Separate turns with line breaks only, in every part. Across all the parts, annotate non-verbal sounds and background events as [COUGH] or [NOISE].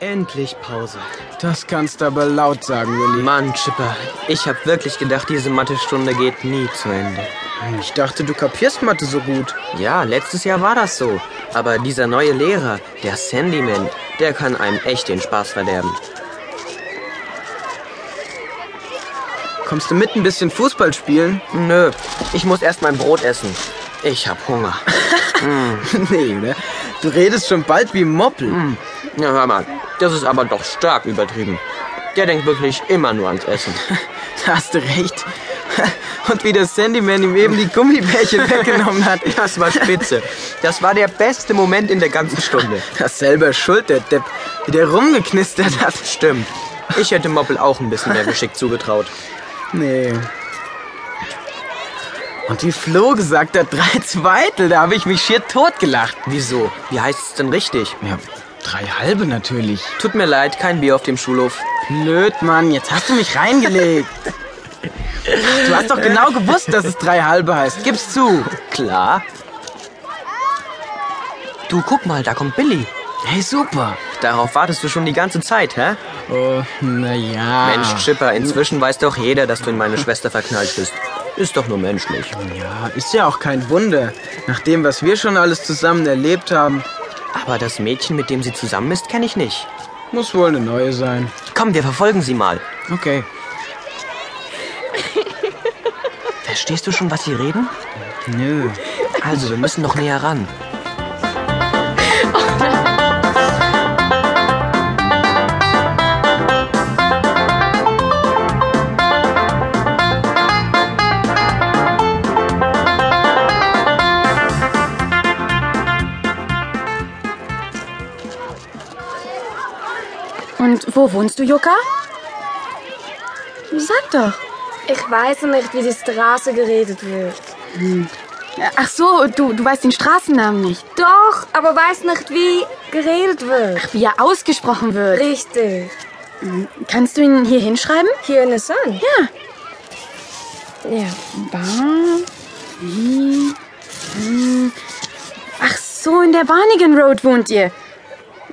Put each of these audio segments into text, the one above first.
Endlich Pause.
Das kannst du aber laut sagen, Willi.
Mann, Chipper, ich hab wirklich gedacht, diese Mathestunde geht nie zu Ende.
Ich dachte, du kapierst Mathe so gut. [LAUGHS]
Ja, letztes Jahr war das so. Aber dieser neue Lehrer, der Sandyman, der kann einem echt den Spaß verderben.
Kommst du mit ein bisschen Fußball spielen?
Nö, ich muss erst mein Brot essen. Ich hab Hunger.
nee, ne? Du redest schon bald wie Moppel.
Ja, Hm, hör mal, das ist aber doch stark übertrieben. Der denkt wirklich immer nur ans Essen.
Da hast du recht. [LAUGHS] Und wie der Sandyman ihm eben
[LAUGHS]
die Gummibärchen weggenommen hat.
Das war spitze. Das war der beste Moment in der ganzen Stunde.
Das ist selber schuld, der Depp. Wie der rumgeknistert hat.
Stimmt. Ich hätte Moppel auch ein bisschen mehr Geschick zugetraut.
Nee. Und wie Flo gesagt hat, drei Zweitel, da habe ich mich schier totgelacht.
Wieso? Wie heißt es denn richtig?
Ja, drei halbe natürlich.
Tut mir leid, kein Bier auf dem Schulhof.
Blöd, Mann, jetzt hast du mich reingelegt. Du hast doch genau gewusst, dass es drei halbe heißt. Gib's zu.
Klar. Du, guck mal, da kommt Billy.
Hey, super.
Darauf wartest du schon die ganze Zeit, hä?
Oh, naja.
Mensch, Chipper, inzwischen weiß doch jeder, dass du in meine Schwester verknallt bist. Ist doch nur menschlich.
Ja, ist ja auch kein Wunder. Nach dem, was wir schon alles zusammen erlebt haben,
Aber das Mädchen, mit dem sie zusammen ist, kenne ich nicht.
muss wohl eine neue sein.
Komm, wir verfolgen sie mal.
Okay.
Verstehst du schon, was sie reden?
Nö.
Also, wir müssen noch näher ran.
Und wo wohnst du, Jukka? Sag doch.
Ich weiß nicht, wie die Straße geredet wird.
Ach so, du, du weißt den Straßennamen nicht.
Doch, aber weiß nicht, wie geredet wird.
Wie er ausgesprochen wird.
Richtig.
Kannst du ihn hier hinschreiben?
Hier in der Sonne.
Ja.
Ja.
Bahn. Ah, Wie- hm. Ach so, in der Barnigan Road wohnt ihr.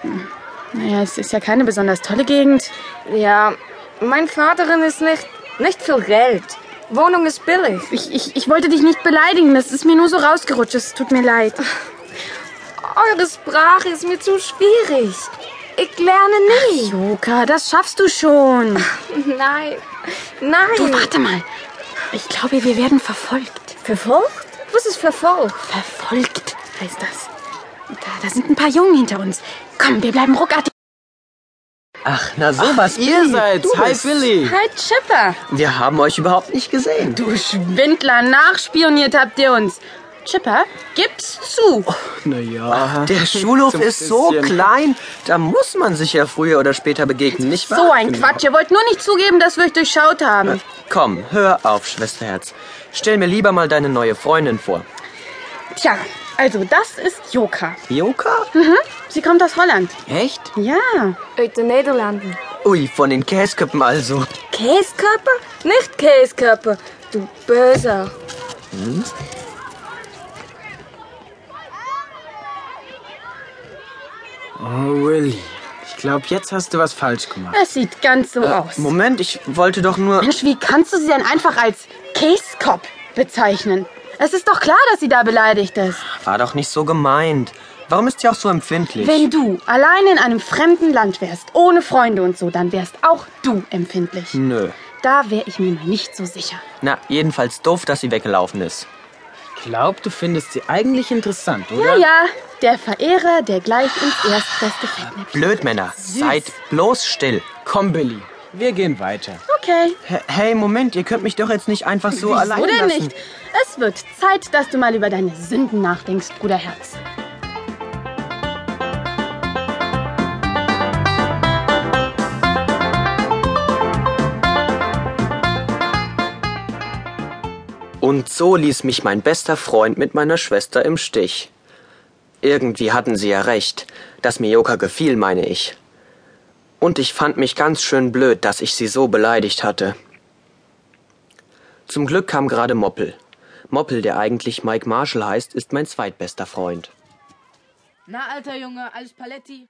Hm. Naja, es ist ja keine besonders tolle Gegend.
Ja, mein Vaterin ist nicht, nicht viel Geld. Wohnung ist billig.
Ich, ich, ich wollte dich nicht beleidigen, das ist mir nur so rausgerutscht, es tut mir leid.
Eure Sprache ist mir zu schwierig. Ich lerne nie.
Joka, das schaffst du schon.
[LAUGHS] Nein. Nein.
Du, warte mal. Ich glaube, wir werden verfolgt.
Verfolgt? Was ist verfolgt?
Verfolgt heißt das. Da, da sind ein paar Jungen hinter uns. Komm, wir bleiben ruckartig.
Ach, na sowas.
Ihr seid's. Hi, Billy.
Hi, Chipper.
Wir haben euch überhaupt nicht gesehen.
Du Schwindler, nachspioniert habt ihr uns. Chipper, gib's zu.
Naja.
[LAUGHS] Der Schulhof
So ein
ist so
bisschen.
klein, da muss man sich ja früher oder später begegnen, nicht wahr?
So ein Quatsch. Ihr wollt nur nicht zugeben, dass wir euch durchschaut haben.
Komm, hör auf, Schwesterherz. Stell mir lieber mal deine neue Freundin vor.
Tja, also das ist Joka.
Joka?
Sie kommt aus Holland.
Echt?
Ja.
Aus den Niederlanden.
Ui, von den Käsköppen also.
Käskörper? Nicht Käskörper. Du Böser.
Oh, Willy. Ich glaube, jetzt hast du was falsch gemacht.
Das sieht ganz so aus.
Moment, ich wollte doch nur.
Mensch, wie kannst du sie denn einfach als Case Cop bezeichnen? Es ist doch klar, dass sie da beleidigt ist.
War doch nicht so gemeint. Warum ist sie auch so empfindlich?
Wenn du allein in einem fremden Land wärst, ohne Freunde und so, dann wärst auch du empfindlich.
Nö.
Da wäre ich mir mal nicht so sicher.
Na, jedenfalls doof, dass sie weggelaufen ist.
Ich glaube, du findest sie eigentlich interessant,
Ja,
oder?
ja, der Verehrer, der gleich ins erstbeste Fettnäpfchen.
Blödmänner, seid bloß still.
Komm, Billy. Wir gehen weiter.
Hm.
Okay,
He- Hey, Moment, ihr könnt mich doch jetzt nicht einfach so allein
oder
lassen.
nicht? Es wird Zeit, dass du mal über deine Sünden nachdenkst, Bruderherz.
Und so ließ mich mein bester Freund mit meiner Schwester im Stich. Irgendwie hatten sie ja recht, dass mir Joka gefiel, meine ich. Und ich fand mich ganz schön blöd, dass ich sie so beleidigt hatte. Zum Glück kam gerade Moppel. Moppel, der eigentlich Mike Marshall heißt, ist mein zweitbester Freund.
Na, alter Junge, alles Paletti?